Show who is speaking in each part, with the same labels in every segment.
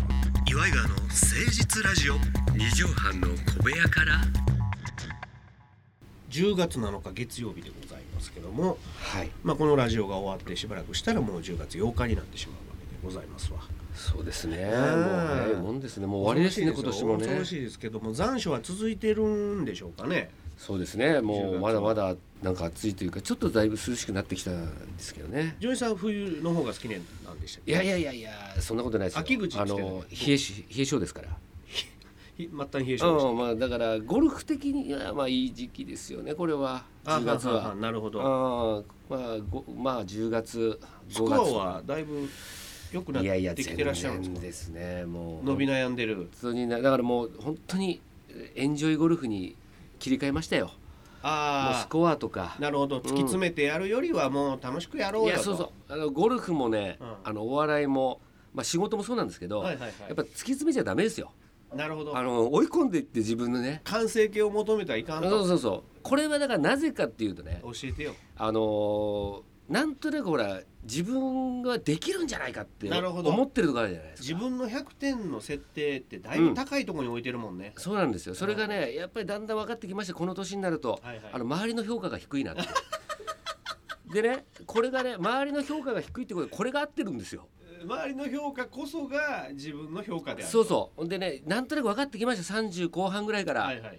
Speaker 1: イガーの誠実ラジオ
Speaker 2: 二畳半の小部屋から
Speaker 3: 10月7日月曜日でございますけども、
Speaker 2: はい
Speaker 3: まあ、このラジオが終わってしばらくしたらもう10月8日になってしまうわけでございますわ
Speaker 2: そうですねもう
Speaker 3: ー
Speaker 2: 早いもんですねもう終わりですね今
Speaker 3: 恐ろし
Speaker 2: 年
Speaker 3: い
Speaker 2: も
Speaker 3: よ恐
Speaker 2: ね
Speaker 3: ろしいですけども残暑は続いてるんでしょうかね
Speaker 2: そうですねも
Speaker 3: 10
Speaker 2: う
Speaker 3: 月
Speaker 2: まだまだなんか暑いというかちょっとだいぶ涼しくなってきたんですけどね
Speaker 3: ジョイさん冬の方が好きねなんでしたっ
Speaker 2: い
Speaker 3: け
Speaker 2: やいやいやいやそんなことないですよ
Speaker 3: 秋口に
Speaker 2: あ
Speaker 3: 来てる
Speaker 2: の冷えし冷え性ですから
Speaker 3: ひ末端冷え性でし
Speaker 2: うんまあだからゴルフ的にはまあいい時期ですよねこれは
Speaker 3: たあ
Speaker 2: 10月
Speaker 3: んん
Speaker 2: は
Speaker 3: んなるほど
Speaker 2: あまあごまあ10月
Speaker 3: スコアはだいぶ良くなっ
Speaker 2: いやいや
Speaker 3: てき
Speaker 2: 全
Speaker 3: てらっしゃるんです
Speaker 2: 然
Speaker 3: か
Speaker 2: ですねもう
Speaker 3: 伸び悩んでる
Speaker 2: 本当になだからもう本当にえエンジョイゴルフに切り替えましたよもうス
Speaker 3: あ
Speaker 2: コアとか
Speaker 3: あなるほど突き詰めてやるよりはもう楽しくやろ
Speaker 2: いう
Speaker 3: よ
Speaker 2: や
Speaker 3: と
Speaker 2: そうそうあのゴルフもね、
Speaker 3: うん
Speaker 2: あのお笑いも、まあ、仕事もそうなんですけど、
Speaker 3: はいはいはい
Speaker 2: やっぱ突き詰めちゃダメですよ
Speaker 3: なるほど
Speaker 2: あの追い込んでいって自分のね
Speaker 3: 完成形を求めたらいかん
Speaker 2: そ
Speaker 3: と
Speaker 2: うそうそうこれはだからなぜかっていうとね
Speaker 3: 教えてよ
Speaker 2: あのーなんとなくほら自分ができるんじゃないかって
Speaker 3: なるほど
Speaker 2: 思ってるとこあるじゃないですか
Speaker 3: 自分の100点の設定ってだいぶ高いところに置いてるもんね、
Speaker 2: そうなんですよそれがねやっぱりだんだん分かってきましてこの年になると、
Speaker 3: はいはい
Speaker 2: あの周りの評価が低いなって でねこれがね周りの評価が低いってことでこれが合ってるんですよ
Speaker 3: 周りの評価こそが自分の評価である
Speaker 2: そうそうほんでねなんとなく分かってきました30後半ぐらいから、
Speaker 3: はいはい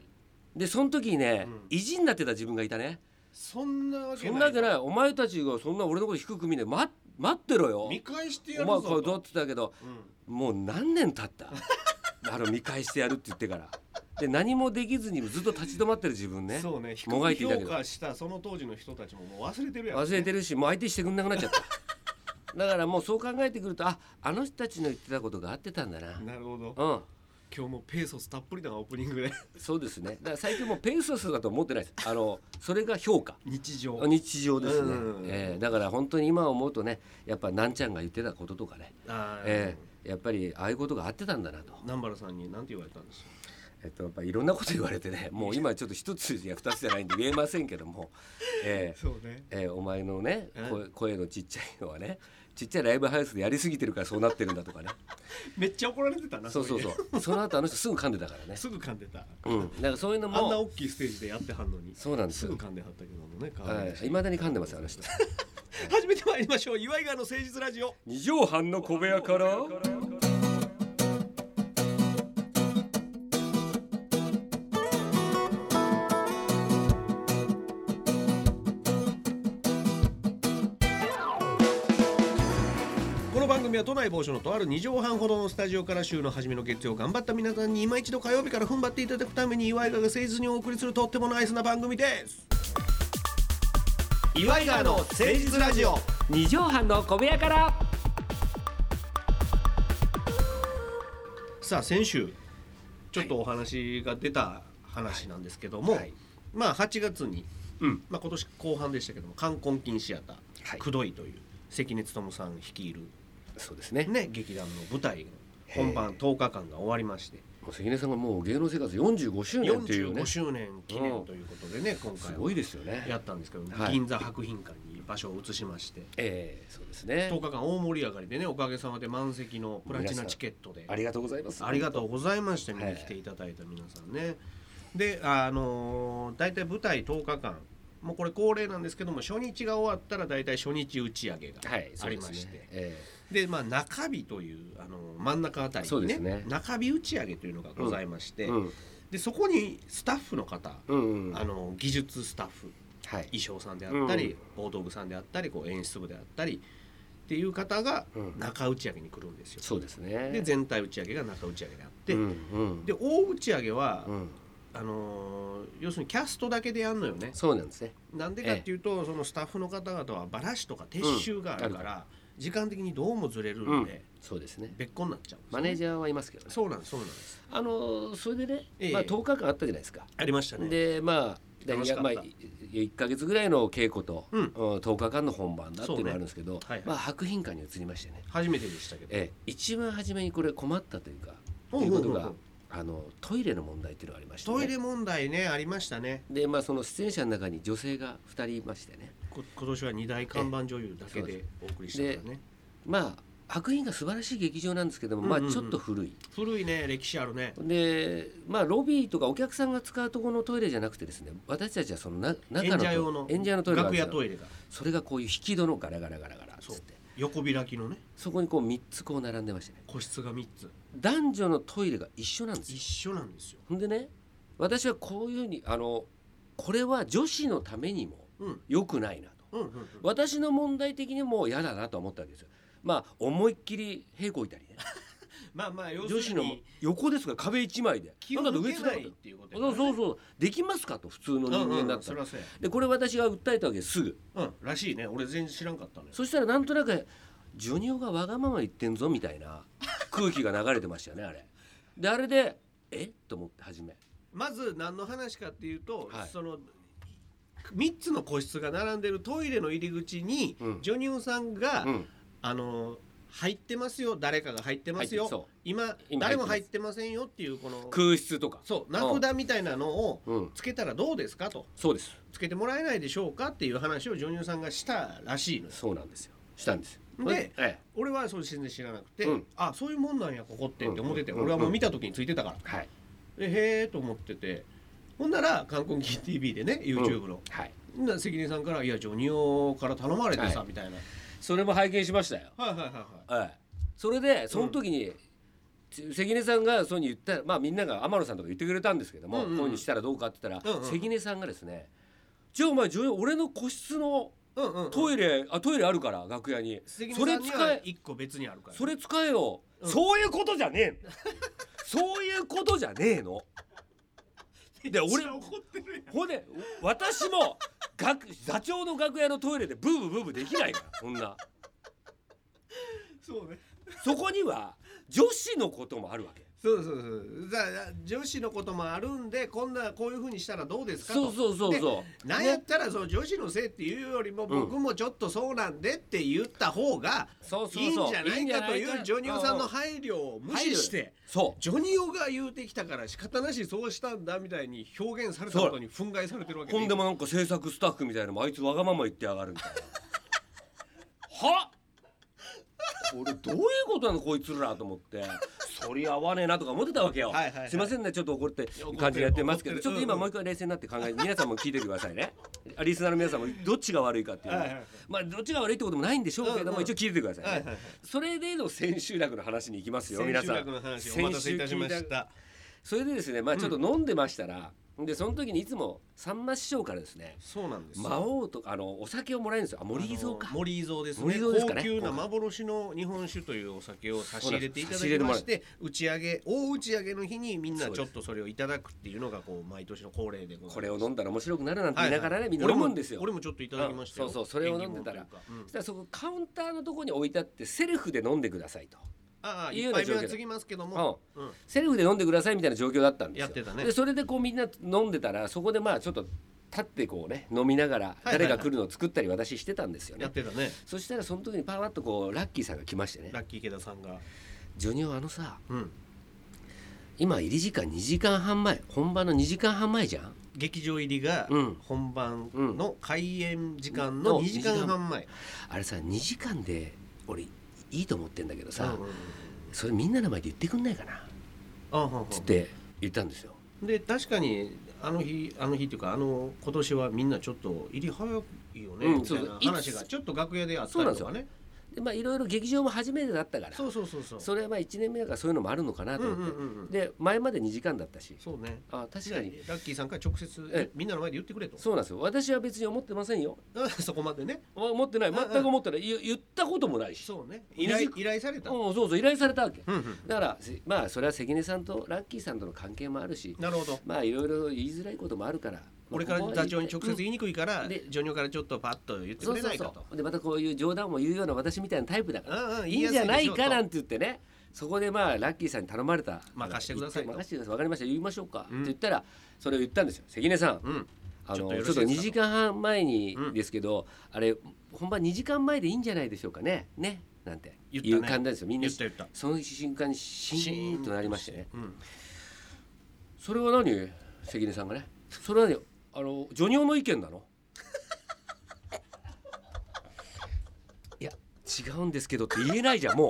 Speaker 2: でその時にね、
Speaker 3: うん
Speaker 2: 意地になってた自分がいたね
Speaker 3: そんなわけ
Speaker 2: そ
Speaker 3: ない
Speaker 2: んなわけないお前たちがそんな俺のこと低く見ね待待ってろよ
Speaker 3: 見返してや
Speaker 2: お
Speaker 3: る
Speaker 2: 前
Speaker 3: ぞ
Speaker 2: これ
Speaker 3: と
Speaker 2: どうって言ったけど
Speaker 3: う
Speaker 2: もう何年経っ たあの見返してやるって言ってからで何もできずにずっと立ち止まってる自分
Speaker 3: ん
Speaker 2: ね
Speaker 3: そうね低
Speaker 2: もが
Speaker 3: く
Speaker 2: いていたけ
Speaker 3: 評
Speaker 2: ど
Speaker 3: 価したその当時の人たちももう忘れてるやん
Speaker 2: 忘れてるしもう相手してくんなくなっちゃっただからもうそう考えてくるとああの人たちの言ってたことが合ってたんだな
Speaker 3: なるほど
Speaker 2: うん
Speaker 3: 今日もペーソスたっぷりなオープニング で
Speaker 2: そうですねだから最近もうペーソスだと思ってないですあのそれが評価
Speaker 3: 日常
Speaker 2: 日常ですね、
Speaker 3: うん
Speaker 2: えーだから本当に今思うとねやっぱなんちゃんが言ってたこととかね、
Speaker 3: あー
Speaker 2: えーやっぱりああいうことが合ってたんだなと、
Speaker 3: 南原さんに何て言われたんですか
Speaker 2: えっと、やっぱいろんなこと言われてねもう今ちょっと一つや二つじゃないんで言えませんけども、えー
Speaker 3: そうね
Speaker 2: えーお前のね
Speaker 3: うん
Speaker 2: 声声のちっちゃいのはねちっちゃいライブハウスでやりすぎてるからそうなってるんだと かね
Speaker 3: めっちゃ怒られてたな
Speaker 2: そうそう
Speaker 3: れで
Speaker 2: そうその後あの人すぐ噛んでたからね
Speaker 3: すぐ噛んでた
Speaker 2: うんだからそういうの
Speaker 3: あんな
Speaker 2: も
Speaker 3: 大きいステージでやってはんのに
Speaker 2: そうなんです
Speaker 3: す
Speaker 2: よ
Speaker 3: ぐ噛んではったけどもね可愛
Speaker 2: はい
Speaker 3: らし
Speaker 2: いまだに噛んでますよあの人
Speaker 3: 始めてまいりましょう岩井川の誠実ラジオ
Speaker 2: 二畳半の小部屋から
Speaker 3: この番組は都内某所のとある2畳半ほどのスタジオから週の初めの月曜頑張った皆さんに今一度火曜日から踏ん張っていただくために岩井川が誠実にお送りするとってもナイスな番組です岩井川の誠実ラジオ
Speaker 2: 二畳半の小部屋から
Speaker 3: さあ先週ちょっとお話が出た話なんですけども、
Speaker 2: はい
Speaker 3: まあ8月に、
Speaker 2: うん
Speaker 3: まあ、今年後半でしたけども冠婚金シアター
Speaker 2: は
Speaker 3: 「
Speaker 2: い
Speaker 3: くどい」という関根勤さん率いる、
Speaker 2: そうですね
Speaker 3: ね、劇団の舞台の
Speaker 2: へえ
Speaker 3: 本番10日間が終わりまして
Speaker 2: もう関根さんがもう芸能生活45周年っていうね
Speaker 3: 45周年記念ということでね、今
Speaker 2: す
Speaker 3: 回
Speaker 2: ご
Speaker 3: はい
Speaker 2: ですよね
Speaker 3: やったんですけど、
Speaker 2: はい
Speaker 3: 銀座博品館に場所を移しまして
Speaker 2: ええそうですね
Speaker 3: 10日間大盛り上がりでねおかげさまで満席のプラチナチケットで
Speaker 2: ありがとうございます
Speaker 3: ありがとう
Speaker 2: う
Speaker 3: ございました見
Speaker 2: はい
Speaker 3: に来ていただいた皆さんね。であのー、大体舞台10日間もうこれ恒例なんですけども初日が終わったら大体初日打ち上げが
Speaker 2: はい
Speaker 3: ありまして、
Speaker 2: そうですねえ
Speaker 3: でまあ中日という、あのー真ん中あたり
Speaker 2: そう
Speaker 3: に
Speaker 2: で
Speaker 3: ね
Speaker 2: すね
Speaker 3: 中日打ち上げというのがございまして、
Speaker 2: えうん
Speaker 3: でそこにスタッフの方、
Speaker 2: うんうん
Speaker 3: あのー技術スタッフ
Speaker 2: はい
Speaker 3: 衣装さんであったり、大道具さんであったりこう演出部であったりっていう方が
Speaker 2: うん
Speaker 3: 中打ち上げに来るんですよ。
Speaker 2: そうですね
Speaker 3: で全体打ち上げが中打ち上げであって、
Speaker 2: うんうん
Speaker 3: で大打ち上げは、
Speaker 2: うん
Speaker 3: あのー要するにキャストだけでやるのよね
Speaker 2: そうなんですね
Speaker 3: なんでかっていうと、そのスタッフの方々はバラシとか撤収がある
Speaker 2: う
Speaker 3: か
Speaker 2: ん
Speaker 3: ら、時間的にどうもずれるので、
Speaker 2: そうですね
Speaker 3: 別個になっちゃうんですよ
Speaker 2: マネージャーはいますけどね
Speaker 3: そうなんですそうなんです
Speaker 2: あのそれでね、
Speaker 3: ええ
Speaker 2: まあ、10日間あったじゃないですか、
Speaker 3: ありましたね
Speaker 2: でまあ大
Speaker 3: 楽しか
Speaker 2: 体
Speaker 3: った
Speaker 2: まあ1か月ぐらいの稽古と、
Speaker 3: うん
Speaker 2: 10日間の本番だって
Speaker 3: そ
Speaker 2: いう
Speaker 3: う
Speaker 2: の
Speaker 3: ね
Speaker 2: があるんですけど、
Speaker 3: はい
Speaker 2: まあ、博品館に移りましてね、
Speaker 3: 初めてでしたけど、
Speaker 2: ええ、一番初めにこれ困ったというか
Speaker 3: ほう
Speaker 2: という
Speaker 3: ほう
Speaker 2: こ
Speaker 3: ほう
Speaker 2: と
Speaker 3: ほう
Speaker 2: があのトイレの問題っていうのがありまして、ね、
Speaker 3: トイレ問題ねありましたね
Speaker 2: でまあその出演者の中に女性が2人いましてね
Speaker 3: こ今年は二大看板女優だけ
Speaker 2: ええ
Speaker 3: でお送りしたからね
Speaker 2: まあ作品が素晴らしい劇場なんですけども、
Speaker 3: うんうんうん
Speaker 2: まあちょっと古い
Speaker 3: 古いね歴史あるね
Speaker 2: でまあロビーとかお客さんが使うところのトイレじゃなくてですね私たちはそのな中の
Speaker 3: 演者用の
Speaker 2: 演者用のトイレがあ
Speaker 3: 楽
Speaker 2: るんです
Speaker 3: 屋
Speaker 2: よ
Speaker 3: トイレが
Speaker 2: それがこういう引き戸のガラガラガラガラっつ
Speaker 3: そ
Speaker 2: っ
Speaker 3: う
Speaker 2: て
Speaker 3: 横開きのね
Speaker 2: そこにこう3つこう並んでましてね
Speaker 3: 個室が3つ
Speaker 2: 男女のトイレが一緒なんです
Speaker 3: 一
Speaker 2: よ
Speaker 3: 緒なんですよ
Speaker 2: ほんでね私はこういうふうにあのこれは女子のためにも
Speaker 3: うん
Speaker 2: 良くないなと
Speaker 3: うんうんうん
Speaker 2: 私の問題的にも嫌だなと思ったわけですよまあ思いっきり平行いたりね
Speaker 3: まあまあ要す
Speaker 2: 女子
Speaker 3: る
Speaker 2: の
Speaker 3: に
Speaker 2: 横ですから壁一枚で
Speaker 3: 気を
Speaker 2: あなた
Speaker 3: 抜け
Speaker 2: 繋が
Speaker 3: な
Speaker 2: っ
Speaker 3: い
Speaker 2: て
Speaker 3: っていうこと
Speaker 2: そうそうそうできますかと普通の人間だった
Speaker 3: そ
Speaker 2: ら
Speaker 3: りゃそう
Speaker 2: でこれ私が訴えたわけですすぐ
Speaker 3: やうんらしいね俺全然知らんかったね
Speaker 2: そしたらなんとなくジョニオがわがまま言ってんぞみたい な空気が流れてましたよねあれであれでえと思って初め
Speaker 3: まず何の話かっていうと、
Speaker 2: はい
Speaker 3: その3つの個室が並んでるトイレの入り口に、
Speaker 2: うん
Speaker 3: ジョニオさんが、
Speaker 2: うん
Speaker 3: あの入ってますよ誰かが入ってます
Speaker 2: 入
Speaker 3: よ
Speaker 2: ってそ
Speaker 3: 今
Speaker 2: 今
Speaker 3: 誰も入ってませんよっていうこの
Speaker 2: 空室とか
Speaker 3: そう名札みたいなのを
Speaker 2: うん
Speaker 3: つけたらどうですかと
Speaker 2: そうです
Speaker 3: つけてもらえないでしょうかっていう話をジョニオさんがしたらしいのよ
Speaker 2: そうなんですよしたんですよ
Speaker 3: で
Speaker 2: ええ
Speaker 3: 俺はそれ全然知らなくて、
Speaker 2: うん
Speaker 3: あそういうもんなんやここってって思ってて、
Speaker 2: うんうん
Speaker 3: 俺はもう見た時についてたから、
Speaker 2: はい
Speaker 3: でへえと思っててほんなら「観光キ TV」でね YouTube の、
Speaker 2: はい
Speaker 3: な関根さんから「いやジョニオから頼まれてさ」
Speaker 2: はい
Speaker 3: みたいな
Speaker 2: それも拝見しましたよ
Speaker 3: はいはいはいはい
Speaker 2: はいそれでその時に、関根さんがそういうふうに言ったまあみんなが天野さんとか言ってくれたんですけども、
Speaker 3: うんうんうん
Speaker 2: こういうふうにしたらどうかって言ったら、
Speaker 3: うんうん
Speaker 2: 関根さんがですね「じゃあお前女優俺の個室の
Speaker 3: うんうんうん
Speaker 2: トイレ、あトイレあるから楽屋に
Speaker 3: 関根
Speaker 2: そ
Speaker 3: さ
Speaker 2: れ
Speaker 3: んに
Speaker 2: 使
Speaker 3: は
Speaker 2: え
Speaker 3: 一個別にあるから
Speaker 2: それ使えよ、
Speaker 3: うん
Speaker 2: そういうことじゃねえのそういうことじゃねえの」で俺
Speaker 3: めっちゃ怒ってるやん
Speaker 2: ほんで私も楽座長の楽屋のトイレでブーブーブーブーできないからそんな
Speaker 3: そうね
Speaker 2: そこには女子のこともあるわけ。
Speaker 3: そうそうそうだから女子のこともあるんでこんなこういうふうにしたらどうですかと
Speaker 2: そうそうそうそう。
Speaker 3: なんやったらその女子のせいっていうよりも僕もちょっとそうなんでって言った方が
Speaker 2: そうそうそう
Speaker 3: いいんじゃないかと
Speaker 2: いいんじゃ
Speaker 3: い
Speaker 2: な
Speaker 3: う
Speaker 2: い
Speaker 3: ジョニオさんの配慮を無視して
Speaker 2: そう
Speaker 3: ジョニオが言うてきたから仕方なしそうしたんだみたいに表現されたことに憤慨されてるわけ
Speaker 2: ほんで
Speaker 3: で
Speaker 2: もなんか制作スタッフみたいなのもあいつわがまま言ってやがるみたいなは俺どういうことなのこいつらと思ってそりゃ合わねえなとか思ってたわけよ、
Speaker 3: はいはいはい
Speaker 2: すいませんねちょっと怒って
Speaker 3: や怒ってる
Speaker 2: 感じでやってますけ
Speaker 3: 怒
Speaker 2: ど
Speaker 3: って
Speaker 2: ち
Speaker 3: る
Speaker 2: ょっと今
Speaker 3: うんうん
Speaker 2: もう一回冷静になって考え皆さんも聞いててくださいねあリスナーの皆さんもどっちが悪いかっていうのは
Speaker 3: はいはいはい
Speaker 2: まあどっちが悪いってこともないんでしょうけれども、
Speaker 3: うんうん
Speaker 2: 一応聞いててくださいね、
Speaker 3: はいはいはい
Speaker 2: それでの千秋楽の話に行きますよ皆
Speaker 3: 千
Speaker 2: さん
Speaker 3: 秋楽の話お待たせいたしま
Speaker 2: 先週聞
Speaker 3: し
Speaker 2: いた
Speaker 3: た
Speaker 2: それでですねまあちょっと飲んでましたら、でその時にいつもさんま師匠からですね
Speaker 3: そうなんですよ
Speaker 2: 魔王とかあのお酒をもらえるんですよあ森蔵か
Speaker 3: あの森蔵ですね
Speaker 2: 森蔵ですかね
Speaker 3: 高級な幻の日本酒というお酒を差し入れていただ
Speaker 2: そう
Speaker 3: き
Speaker 2: な
Speaker 3: ま
Speaker 2: んです
Speaker 3: して打ち上げ大打ち上げの日にみんなちょっとそれをいただくっていうのがこう毎年の恒例でございます
Speaker 2: これを飲んだら面白くなるなんて言いながらね、みんな
Speaker 3: 俺
Speaker 2: 飲
Speaker 3: も
Speaker 2: むんですよ
Speaker 3: 俺もちょっといただきましたよ、
Speaker 2: うんそうそうそれを飲んでたら
Speaker 3: 縁起物というかうん
Speaker 2: そしたらそこカウンターのとこに置いてあってセルフで飲んでくださいと
Speaker 3: ああ
Speaker 2: いうよ
Speaker 3: 一
Speaker 2: う
Speaker 3: 杯目は
Speaker 2: な状況
Speaker 3: 継ぎますけども、うん
Speaker 2: セルフで飲んでくださいみたいな状況だったんですよ
Speaker 3: やってたね
Speaker 2: でそれでこうみんな飲んでたらそこでまあちょっと立ってこうね飲みながら
Speaker 3: いはいはい
Speaker 2: 誰が来るのを作ったり私してたんですよね、
Speaker 3: やってたね
Speaker 2: そしたらその時にパワッとこうラッキーさんが来ましてね
Speaker 3: ラッキー池田さんが、
Speaker 2: 「ジョニオあのさ
Speaker 3: うん、
Speaker 2: 今入り時間2時間半前本番の2時間半前じゃん
Speaker 3: 劇場入りが
Speaker 2: うん
Speaker 3: 本番の開演時間の
Speaker 2: うん
Speaker 3: 2時間半前、
Speaker 2: あれさ2時間で俺いいと思ってんだけどさ、
Speaker 3: うんうんうん
Speaker 2: それみんなの前で言ってくんないかな
Speaker 3: ああはんはん
Speaker 2: つって言ったんですよ。
Speaker 3: で確かにあの日あの日っていうかあの今年はみんなちょっと入り早いよね、
Speaker 2: うん
Speaker 3: みたいな話
Speaker 2: そう
Speaker 3: が
Speaker 2: そう
Speaker 3: ちょっと楽屋であったりと
Speaker 2: そう
Speaker 3: か
Speaker 2: なん
Speaker 3: ね
Speaker 2: でまあいろいろ劇場も初めてだったから
Speaker 3: そうそうそうそう
Speaker 2: それはまあ1年目だからそういうのもあるのかなと思って、
Speaker 3: うんうんうんうん
Speaker 2: で前まで2時間だったし
Speaker 3: そうね
Speaker 2: あ確かに
Speaker 3: ラッキーさんから直接
Speaker 2: ええ
Speaker 3: みんなの前で言ってくれと
Speaker 2: そうなんですよ私は別に思ってませんよ
Speaker 3: そこまでね
Speaker 2: あ思ってない
Speaker 3: うんうん
Speaker 2: 全く思ってない言言ったこともないし
Speaker 3: そうね
Speaker 2: 二
Speaker 3: 依
Speaker 2: 時
Speaker 3: 頼依頼された、
Speaker 2: うんそうそう依頼されたわけ
Speaker 3: うんうん
Speaker 2: だからせまあそれは関根さんとラッキーさんとの関係もあるし
Speaker 3: なるほど
Speaker 2: まあいろいろ言いづらいこともあるから、まあ
Speaker 3: 俺から
Speaker 2: ここは
Speaker 3: 座長に直接
Speaker 2: うん
Speaker 3: 言いにくいから、
Speaker 2: うんで
Speaker 3: ジョニオからちょっとパッと言って
Speaker 2: そ
Speaker 3: く
Speaker 2: う
Speaker 3: れ
Speaker 2: そ
Speaker 3: な
Speaker 2: う
Speaker 3: いかと
Speaker 2: そ。うでまたこういう冗談も言うような私みたいなタイプだから、
Speaker 3: うんうん
Speaker 2: いいんじゃないかな
Speaker 3: て。
Speaker 2: んて言ってねそこでまあラッキーさんに頼まれた
Speaker 3: 任してくださいと
Speaker 2: 任してください分かりました言いましょうか、
Speaker 3: うん
Speaker 2: って言ったらそれを言ったんですよ関根さん
Speaker 3: うん。
Speaker 2: あのち
Speaker 3: ちょっ
Speaker 2: ょ
Speaker 3: とよろしい
Speaker 2: っと
Speaker 3: です
Speaker 2: 2
Speaker 3: か
Speaker 2: 時間半前に
Speaker 3: うん
Speaker 2: ですけど、あれ本番2時間前でいいんじゃないでしょうかねねなんて
Speaker 3: 言ったね
Speaker 2: いう感じなんですよみんな
Speaker 3: 言った言った。
Speaker 2: その瞬間にシーンとなりましてね
Speaker 3: うん。
Speaker 2: それは何関根さんがねそれは何あの ジョニオの意見なのいや違うんですけどって言えないじゃんもう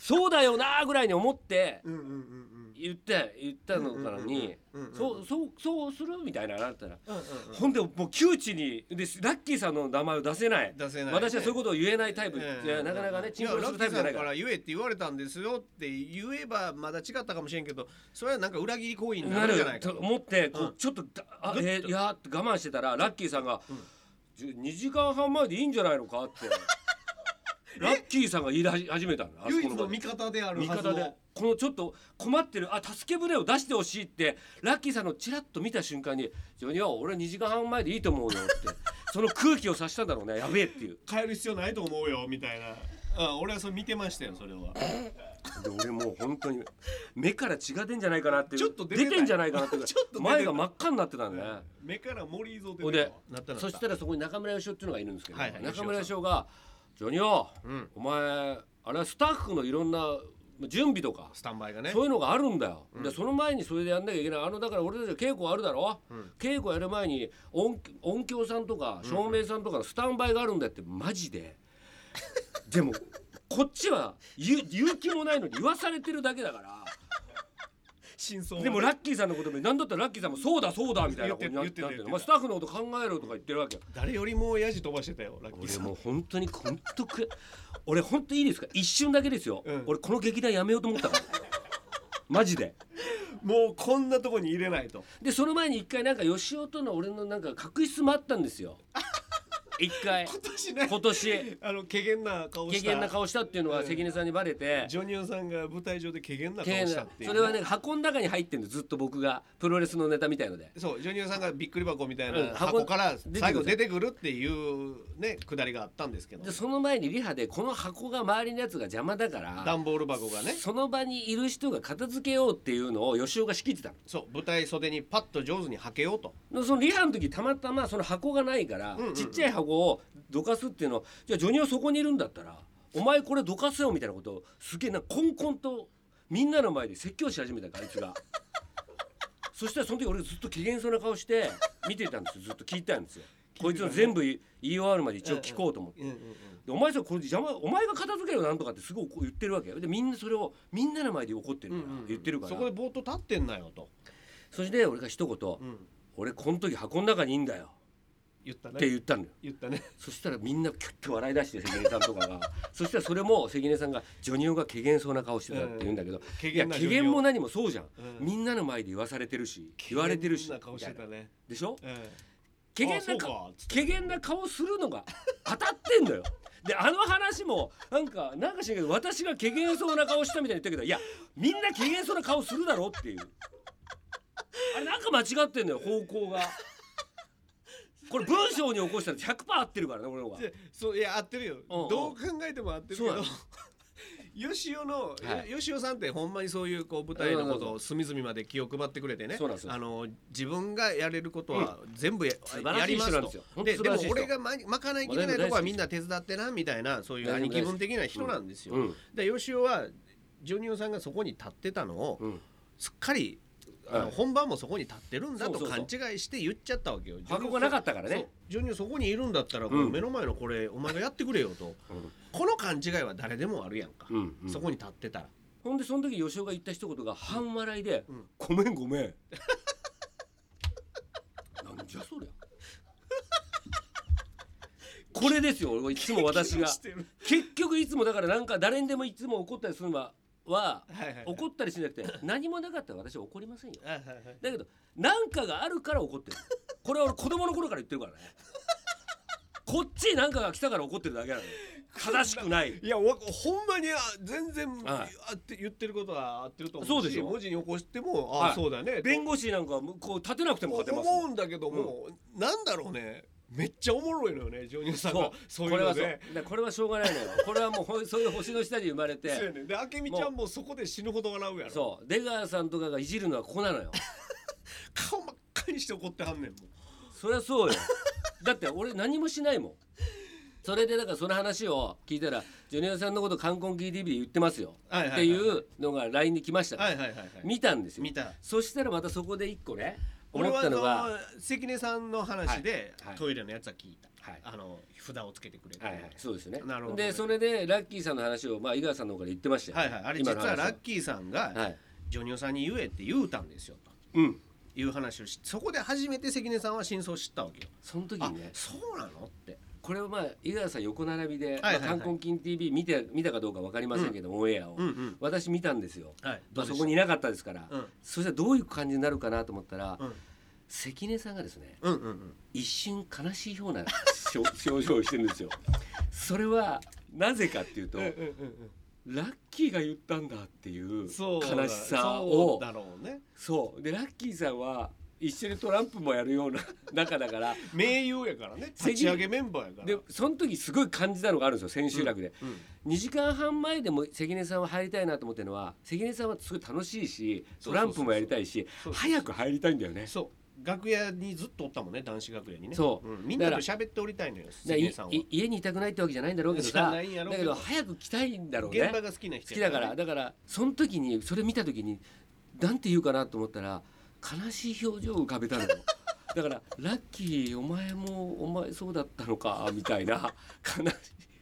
Speaker 2: そうだよなーぐらいに思って
Speaker 3: うんうんうん
Speaker 2: 言って言ったのからに、
Speaker 3: うんうんうんうん
Speaker 2: そうそうそうするみたいななったら、
Speaker 3: うんうん
Speaker 2: ほんでもう窮地にでラッキーさんの名前を出せない
Speaker 3: 出せないね
Speaker 2: 私はそういうことを言えないタイプ、いやなかなかね
Speaker 3: い
Speaker 2: チン
Speaker 3: や
Speaker 2: コ
Speaker 3: ラ
Speaker 2: す
Speaker 3: ッキ
Speaker 2: るタイ
Speaker 3: ーさ
Speaker 2: プじゃなんい
Speaker 3: か
Speaker 2: から
Speaker 3: ら言えって言われたんですよって言えばまだ違ったかもしれんけどそれはなんか裏切り行為にな
Speaker 2: な
Speaker 3: るん
Speaker 2: る
Speaker 3: じゃないか
Speaker 2: と
Speaker 3: と
Speaker 2: 思ってこ
Speaker 3: う
Speaker 2: うんちょっとだ「あえーいや」って我慢してたらラッキーさんが
Speaker 3: うん
Speaker 2: 「じゅ2時間半前でいいんじゃないのか?」って ラッキーさんが言い出し始めたのあそ
Speaker 3: 唯
Speaker 2: こ
Speaker 3: 一
Speaker 2: の場
Speaker 3: の
Speaker 2: で
Speaker 3: 味方である
Speaker 2: 味
Speaker 3: はずの
Speaker 2: 方でこのちょっと困ってるあ助け舟を出してほしいってラッキーさんのチラッと見た瞬間に「ジョニーは俺2時間半前でいいと思うよ」って その空気を察したんだろうねやべえっていう
Speaker 3: 変える必要ないと思うよみたいなあ俺はそれ見てましたよそれは
Speaker 2: で俺もう本当に目から血が出んじゃないかなっていう
Speaker 3: ちょっと出
Speaker 2: 出
Speaker 3: てた
Speaker 2: てんじゃないかなってい う
Speaker 3: ちょっと出てた
Speaker 2: 前が真っ赤になってたんだね。
Speaker 3: 目から森ぞ
Speaker 2: ほんで
Speaker 3: なったな
Speaker 2: そしたらそこに中村芳雄っていうのがいるんですけど、
Speaker 3: はいはい
Speaker 2: 中村芳雄が「ジョニオ、
Speaker 3: うん
Speaker 2: お前あれはスタッフのいろんな準備とか
Speaker 3: スタンバイがね
Speaker 2: そういうのがあるんだよ、でその前にそれでやんなきゃいけないあのだから俺たちは稽古あるだろ、稽古やる前に音音響さんとか照明さんとかのスタンバイがあるんだってマジででもこっちは言う言う気もないのに言わされてるだけだから
Speaker 3: 真相を
Speaker 2: でもラッキーさんのことも何だったらラッキーさんも「そうだそうだ」みたいなことになっ
Speaker 3: 言ってて
Speaker 2: な
Speaker 3: た
Speaker 2: って
Speaker 3: 言ってた言って
Speaker 2: る
Speaker 3: た
Speaker 2: まあスタッフのこと考えろとか言ってるわけよ
Speaker 3: 誰よりもヤジ飛ばしてたよラッキー
Speaker 2: 俺
Speaker 3: さん
Speaker 2: もう本当に本当く俺本当いいですか一瞬だけですよ、
Speaker 3: うん
Speaker 2: 俺この 劇団やめようと思ったからマジで
Speaker 3: もうこんなとこに入れないと
Speaker 2: でその前に一回なんか吉尾との俺のなんか確執もあったんですよ一 回
Speaker 3: 今年ね
Speaker 2: 今年
Speaker 3: あの怪げな顔
Speaker 2: 軽
Speaker 3: した
Speaker 2: 減な顔したっていうのは
Speaker 3: うん
Speaker 2: 関根さんにバレて、
Speaker 3: ジョニオさんが舞台上で怪げな
Speaker 2: け
Speaker 3: 顔
Speaker 2: ん
Speaker 3: したっていう、
Speaker 2: それはね箱の中に入ってんのずっと僕がプロレスのネタみたいので
Speaker 3: そうジョニオさんがびっくり箱みたい
Speaker 2: うん
Speaker 3: な
Speaker 2: 箱
Speaker 3: 箱から
Speaker 2: 出てくる
Speaker 3: 最後出てくるっていうねくだりがあったんですけど
Speaker 2: でその前にリハでこの箱が周りのやつが邪魔だから
Speaker 3: 段ボール箱がね
Speaker 2: その場にいる人が片付けようっていうのを吉尾が仕切ってたの。
Speaker 3: そう舞台袖にパッと上手にはけようと
Speaker 2: のそのリハの時たまたまその箱がないから、
Speaker 3: んうんうん
Speaker 2: ちっちゃい箱をどかすっていうのをじゃあジョニオそこにいるんだったらお前これどかせよみたいなことをすげえなコンコンとみんなの前で説教し始めたからあいつ がそしたらその時俺ずっと機嫌そうな顔して見てたんですよずっと聞いたんですよ、こいつの全部言い言い終わるまで一応聞こうと思って。
Speaker 3: うんうんうん
Speaker 2: でお前さこれ邪魔お前が片付けろなんとかってすごい言ってるわけよでみんなそれをみんなの前で怒ってるから、言ってるから
Speaker 3: そこでぼーっと立ってんなよと、
Speaker 2: そして俺が一言、
Speaker 3: うん
Speaker 2: 俺この時箱の中にいいんだよ
Speaker 3: 言った
Speaker 2: って
Speaker 3: ね
Speaker 2: 言ったのよ
Speaker 3: 言ったね
Speaker 2: そしたらみんなキュッと笑い出して関根さんとか がそしたらそれも関根さんがジョニオが怪げそうな顔してたって言うんだけど、
Speaker 3: うん
Speaker 2: いや
Speaker 3: 怪訝な
Speaker 2: 怪
Speaker 3: ジョニオ
Speaker 2: げも何もそうじゃん、
Speaker 3: うん
Speaker 2: みんなの前で言わされてるし言われてるし
Speaker 3: そんな顔して
Speaker 2: み
Speaker 3: た
Speaker 2: いな
Speaker 3: ね、
Speaker 2: でしょ
Speaker 3: うん、
Speaker 2: 怪げ
Speaker 3: あそ
Speaker 2: な
Speaker 3: う
Speaker 2: 顔
Speaker 3: かつって
Speaker 2: 怪げな顔するのが当たってんのよであの話もなんかなんかしないけど私が怪げそうな顔したみたいに言ったけどいやみんな怪げそうな顔するだろっていうあれなんか間違ってんのよ方向がこれ文章に起こしたら100%合ってるからね俺の方が。
Speaker 3: でそういや合ってるよ、
Speaker 2: うんうん
Speaker 3: どう考えても合ってるけ
Speaker 2: そうな
Speaker 3: ど
Speaker 2: の
Speaker 3: よしおの、
Speaker 2: はい
Speaker 3: よしおさんってほんまにそういうこう舞台のことを隅々まで気を配ってくれてね
Speaker 2: そうなんですよ
Speaker 3: あの自分がやれることは全部や,、
Speaker 2: 素晴らしい
Speaker 3: やります
Speaker 2: 人なん
Speaker 3: と
Speaker 2: ですよ本当
Speaker 3: で
Speaker 2: 素
Speaker 3: で
Speaker 2: 晴ら
Speaker 3: も
Speaker 2: しい人
Speaker 3: 俺がままかないきれないとこはみんな手伝ってなみたいなそういう兄貴分的な人なんですよ。
Speaker 2: うんうん
Speaker 3: でよしおはジョニオさんがそこに立ってたのを、
Speaker 2: うん
Speaker 3: すっかりあの、
Speaker 2: はい
Speaker 3: 本番もそこに立ってるんだと
Speaker 2: そうそう
Speaker 3: 勘
Speaker 2: そう
Speaker 3: 違いして言っちゃったわけよ。
Speaker 2: 箱がなかったからね
Speaker 3: ジョニオそこにいるんだったらこ
Speaker 2: う
Speaker 3: の
Speaker 2: ん
Speaker 3: 目の前のこれお前がやってくれよと、
Speaker 2: ん
Speaker 3: この勘違いは誰でもあるやんか、
Speaker 2: うんうん
Speaker 3: そこに立ってたら
Speaker 2: ほんでその時吉尾が言った一言が半笑いで
Speaker 3: ん
Speaker 2: 「ごめんごめん」 なんじゃそりゃ これですよ俺はいつも私が
Speaker 3: してる
Speaker 2: 結局いつもだからなんか誰にでもいつも怒ったりするのはは
Speaker 3: はいはいはい
Speaker 2: 怒ったりしなくて何もなかったら私は怒りませんよ
Speaker 3: あはいはい
Speaker 2: だけど何かがあるから怒ってるこれは俺子供の頃から言ってるからねこっちに何かが来たから怒ってるだけなのよ正しくない
Speaker 3: いやわほんまにあ全然、
Speaker 2: はい
Speaker 3: あって言ってることは合ってると思うし
Speaker 2: そうでしょ
Speaker 3: 文字に起こしてもあ、
Speaker 2: はい
Speaker 3: そうだね
Speaker 2: 弁護士なんかこう立てなくても勝てますもん
Speaker 3: 思うんだけども、なんだろうねめっちゃおもろいのよねジョニオさん
Speaker 2: そ
Speaker 3: が
Speaker 2: う
Speaker 3: そう
Speaker 2: こ
Speaker 3: いう
Speaker 2: れは
Speaker 3: の
Speaker 2: そう
Speaker 3: で。
Speaker 2: だからこれはしょうがないのよこれはもうほいそういう星の下に生ま れ
Speaker 3: そうや
Speaker 2: て
Speaker 3: ねんで明美ちゃんもそこで死ぬほど笑うやろ
Speaker 2: そう出川さんとかがいじるのはここなのよ
Speaker 3: 顔真っ赤にして怒ってはんねんもん
Speaker 2: そりゃそうよだって俺何もしないもんそれでだからその話を聞いたらジュニアさんのこと「冠婚 KTV で言ってますよ」
Speaker 3: はいはい
Speaker 2: っ
Speaker 3: は
Speaker 2: て
Speaker 3: い
Speaker 2: い
Speaker 3: はいう
Speaker 2: のが LINE に来ましたから
Speaker 3: はいはいはいはい
Speaker 2: 見たんですよ
Speaker 3: 見た
Speaker 2: そしたらまたそこで一個ね思った
Speaker 3: 俺
Speaker 2: のが
Speaker 3: はあの関根さんの話で、
Speaker 2: はいはい
Speaker 3: トイレのやつは聞いた、
Speaker 2: はい
Speaker 3: あの札をつけてくれて、
Speaker 2: はいはいそうですよね
Speaker 3: なるほど
Speaker 2: でそれでラッキーさんの話をまあ井川さんの方から言ってましたよ、
Speaker 3: はいはいあれ実
Speaker 2: 今の話
Speaker 3: はラッキーさんが
Speaker 2: はい
Speaker 3: ジョニオさんに言えって言うたんですよと
Speaker 2: うん
Speaker 3: いう話をしそこで初めて関根さんは真相を知ったわけよ。
Speaker 2: その時
Speaker 3: あ
Speaker 2: にね
Speaker 3: そうなのって
Speaker 2: これをまあ井川さん横並びで
Speaker 3: はい
Speaker 2: 「
Speaker 3: はいはい
Speaker 2: まあ冠婚金 TV 見て」見たかどうか分かりませんけど、オンエアを、
Speaker 3: うんうん
Speaker 2: 私見たんですよ、
Speaker 3: はい
Speaker 2: まあ、そこにいなかったですから、
Speaker 3: うん
Speaker 2: そしたらどういう感じになるかなと思ったら、
Speaker 3: うん
Speaker 2: 関根さんがですね
Speaker 3: うんうんうん
Speaker 2: 一瞬悲しいようなしょ 表情をしてるんですよ。それはなぜかっていうと、
Speaker 3: うんうんうん
Speaker 2: ラッキーが言ったんだっていう
Speaker 3: そうだ
Speaker 2: 悲しさを
Speaker 3: そうだろうね
Speaker 2: そうでラッキーさんは一緒にトランプもやるような仲 だから
Speaker 3: 名優やからね立ち上げメンバーやから
Speaker 2: でその時すごい感じたのがあるんですよ千秋楽で、
Speaker 3: うん
Speaker 2: 2時間半前でも関根さんは入りたいなと思ってるのは関根さんはすごい楽しいし
Speaker 3: そうそ
Speaker 2: ト
Speaker 3: う
Speaker 2: ラ
Speaker 3: そうそう
Speaker 2: ンプもやりたいし
Speaker 3: そうそう
Speaker 2: 早く入りたいんだよね
Speaker 3: そう楽屋にずっとおったもんね男子楽屋にね
Speaker 2: そう
Speaker 3: うんみんなと
Speaker 2: だか
Speaker 3: 喋っておりたいのよ
Speaker 2: だ
Speaker 3: 関
Speaker 2: からい
Speaker 3: 根さんはい
Speaker 2: 家にいたくないってわけじゃないんだろうけど
Speaker 3: じゃ
Speaker 2: さ
Speaker 3: ないんやろう
Speaker 2: だ
Speaker 3: け
Speaker 2: け
Speaker 3: ど
Speaker 2: ど早く来たいんだろうね
Speaker 3: 現場が好きな人
Speaker 2: 好きだからだからその時にそれ見た時になんて言うかなと思ったら悲しい表情を浮かべたのよ だからラッキーお前もお前そうだったのかみたいな悲しい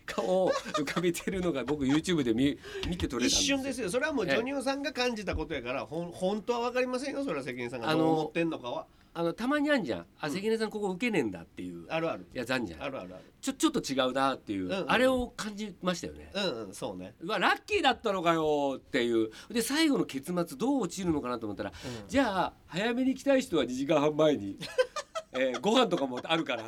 Speaker 2: 顔を浮かべてるのが僕 YouTube で見見て取れ
Speaker 3: 一
Speaker 2: た
Speaker 3: 瞬
Speaker 2: んですよ
Speaker 3: ですよそれはもう
Speaker 2: え
Speaker 3: ジ
Speaker 2: え
Speaker 3: ョニオさんが感じたことやからほん本当は分かりませんよそれは関根さんが
Speaker 2: あ
Speaker 3: ど
Speaker 2: の
Speaker 3: う思ってんのかは
Speaker 2: あのたまにあんじゃんあ関根さんここ受けねえんだっていう
Speaker 3: あるある
Speaker 2: やつあんじゃ
Speaker 3: あ
Speaker 2: ん
Speaker 3: るあるある
Speaker 2: ちょちょっと違うなっていう、
Speaker 3: うんうん
Speaker 2: あれを感じましたよね。
Speaker 3: うんうんそうね
Speaker 2: うわラッキーだったのかよっていうで最後の結末どう落ちるのかなと思ったら、
Speaker 3: うん
Speaker 2: じゃあ早めに来たい人は2時間半前に、 えー、ご飯とかもあるから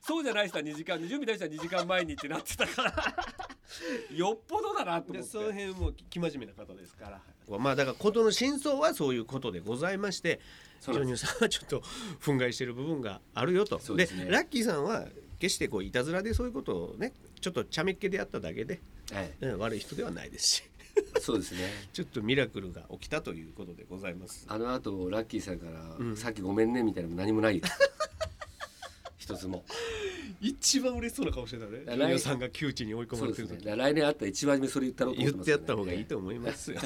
Speaker 2: そうじゃない人は2時間準備ない人は2時間前にってなってたから よっぽどだなと思
Speaker 3: で
Speaker 2: っ
Speaker 3: その
Speaker 2: て。
Speaker 3: 辺も生真面目な方ですからまあだからことの真相はそういうことでございましてジ
Speaker 2: そうな
Speaker 3: ョ
Speaker 2: ん
Speaker 3: ニオさんはちょっと憤慨してる部分があるよと
Speaker 2: そうですね
Speaker 3: ラッキーさんは決してこういたずらでそういうことをねちょっと茶目っ気でやっただけで、
Speaker 2: はい、
Speaker 3: うん、悪い人ではないですし
Speaker 2: そうですね
Speaker 3: ちょっとミラクルが起きたということでございます
Speaker 2: あの後ラッキーさんから、
Speaker 3: うん
Speaker 2: さっきごめんねみたいなのも何もないです一つも
Speaker 3: 一番嬉しそうな顔してたね
Speaker 2: 来
Speaker 3: ジョニオさんが窮地に追い込ま
Speaker 2: そう
Speaker 3: れ
Speaker 2: で
Speaker 3: て
Speaker 2: す
Speaker 3: る
Speaker 2: ね
Speaker 3: 時、
Speaker 2: だから来年あったら一番初めそれ言ったろうと思
Speaker 3: 言
Speaker 2: っ
Speaker 3: って
Speaker 2: ます
Speaker 3: てやっ
Speaker 2: からね
Speaker 3: た方がいいと思います よ。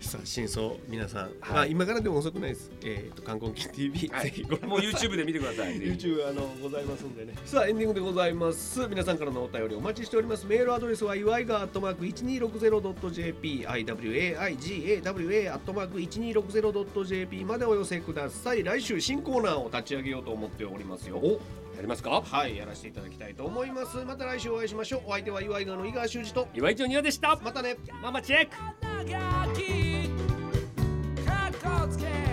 Speaker 3: さあ真相皆さん、
Speaker 2: はい
Speaker 3: まあ今からでも遅くないです。えっ、と観光機 TV、
Speaker 2: は
Speaker 3: ぜ
Speaker 2: い
Speaker 3: ひご覧ください。
Speaker 2: もう YouTube で見てくださいぜひ
Speaker 3: YouTube あのございますんでねさあエンディングでございます皆さんからのお便りお待ちしておりますメールアドレスは祝いがアットマーク 1260.jp iwaigawa アットマーク 1260.jp までお寄せください来週新コーナーを立ち上げようと思っておりますよ
Speaker 2: おやりますか
Speaker 3: はいやらせていただきたいと思いますまた来週お会いしましょうお相手は祝いがの井川修司と
Speaker 2: 岩井ジョニアでした
Speaker 3: またね
Speaker 2: ママチェック
Speaker 4: Nagaki, Krakow scared.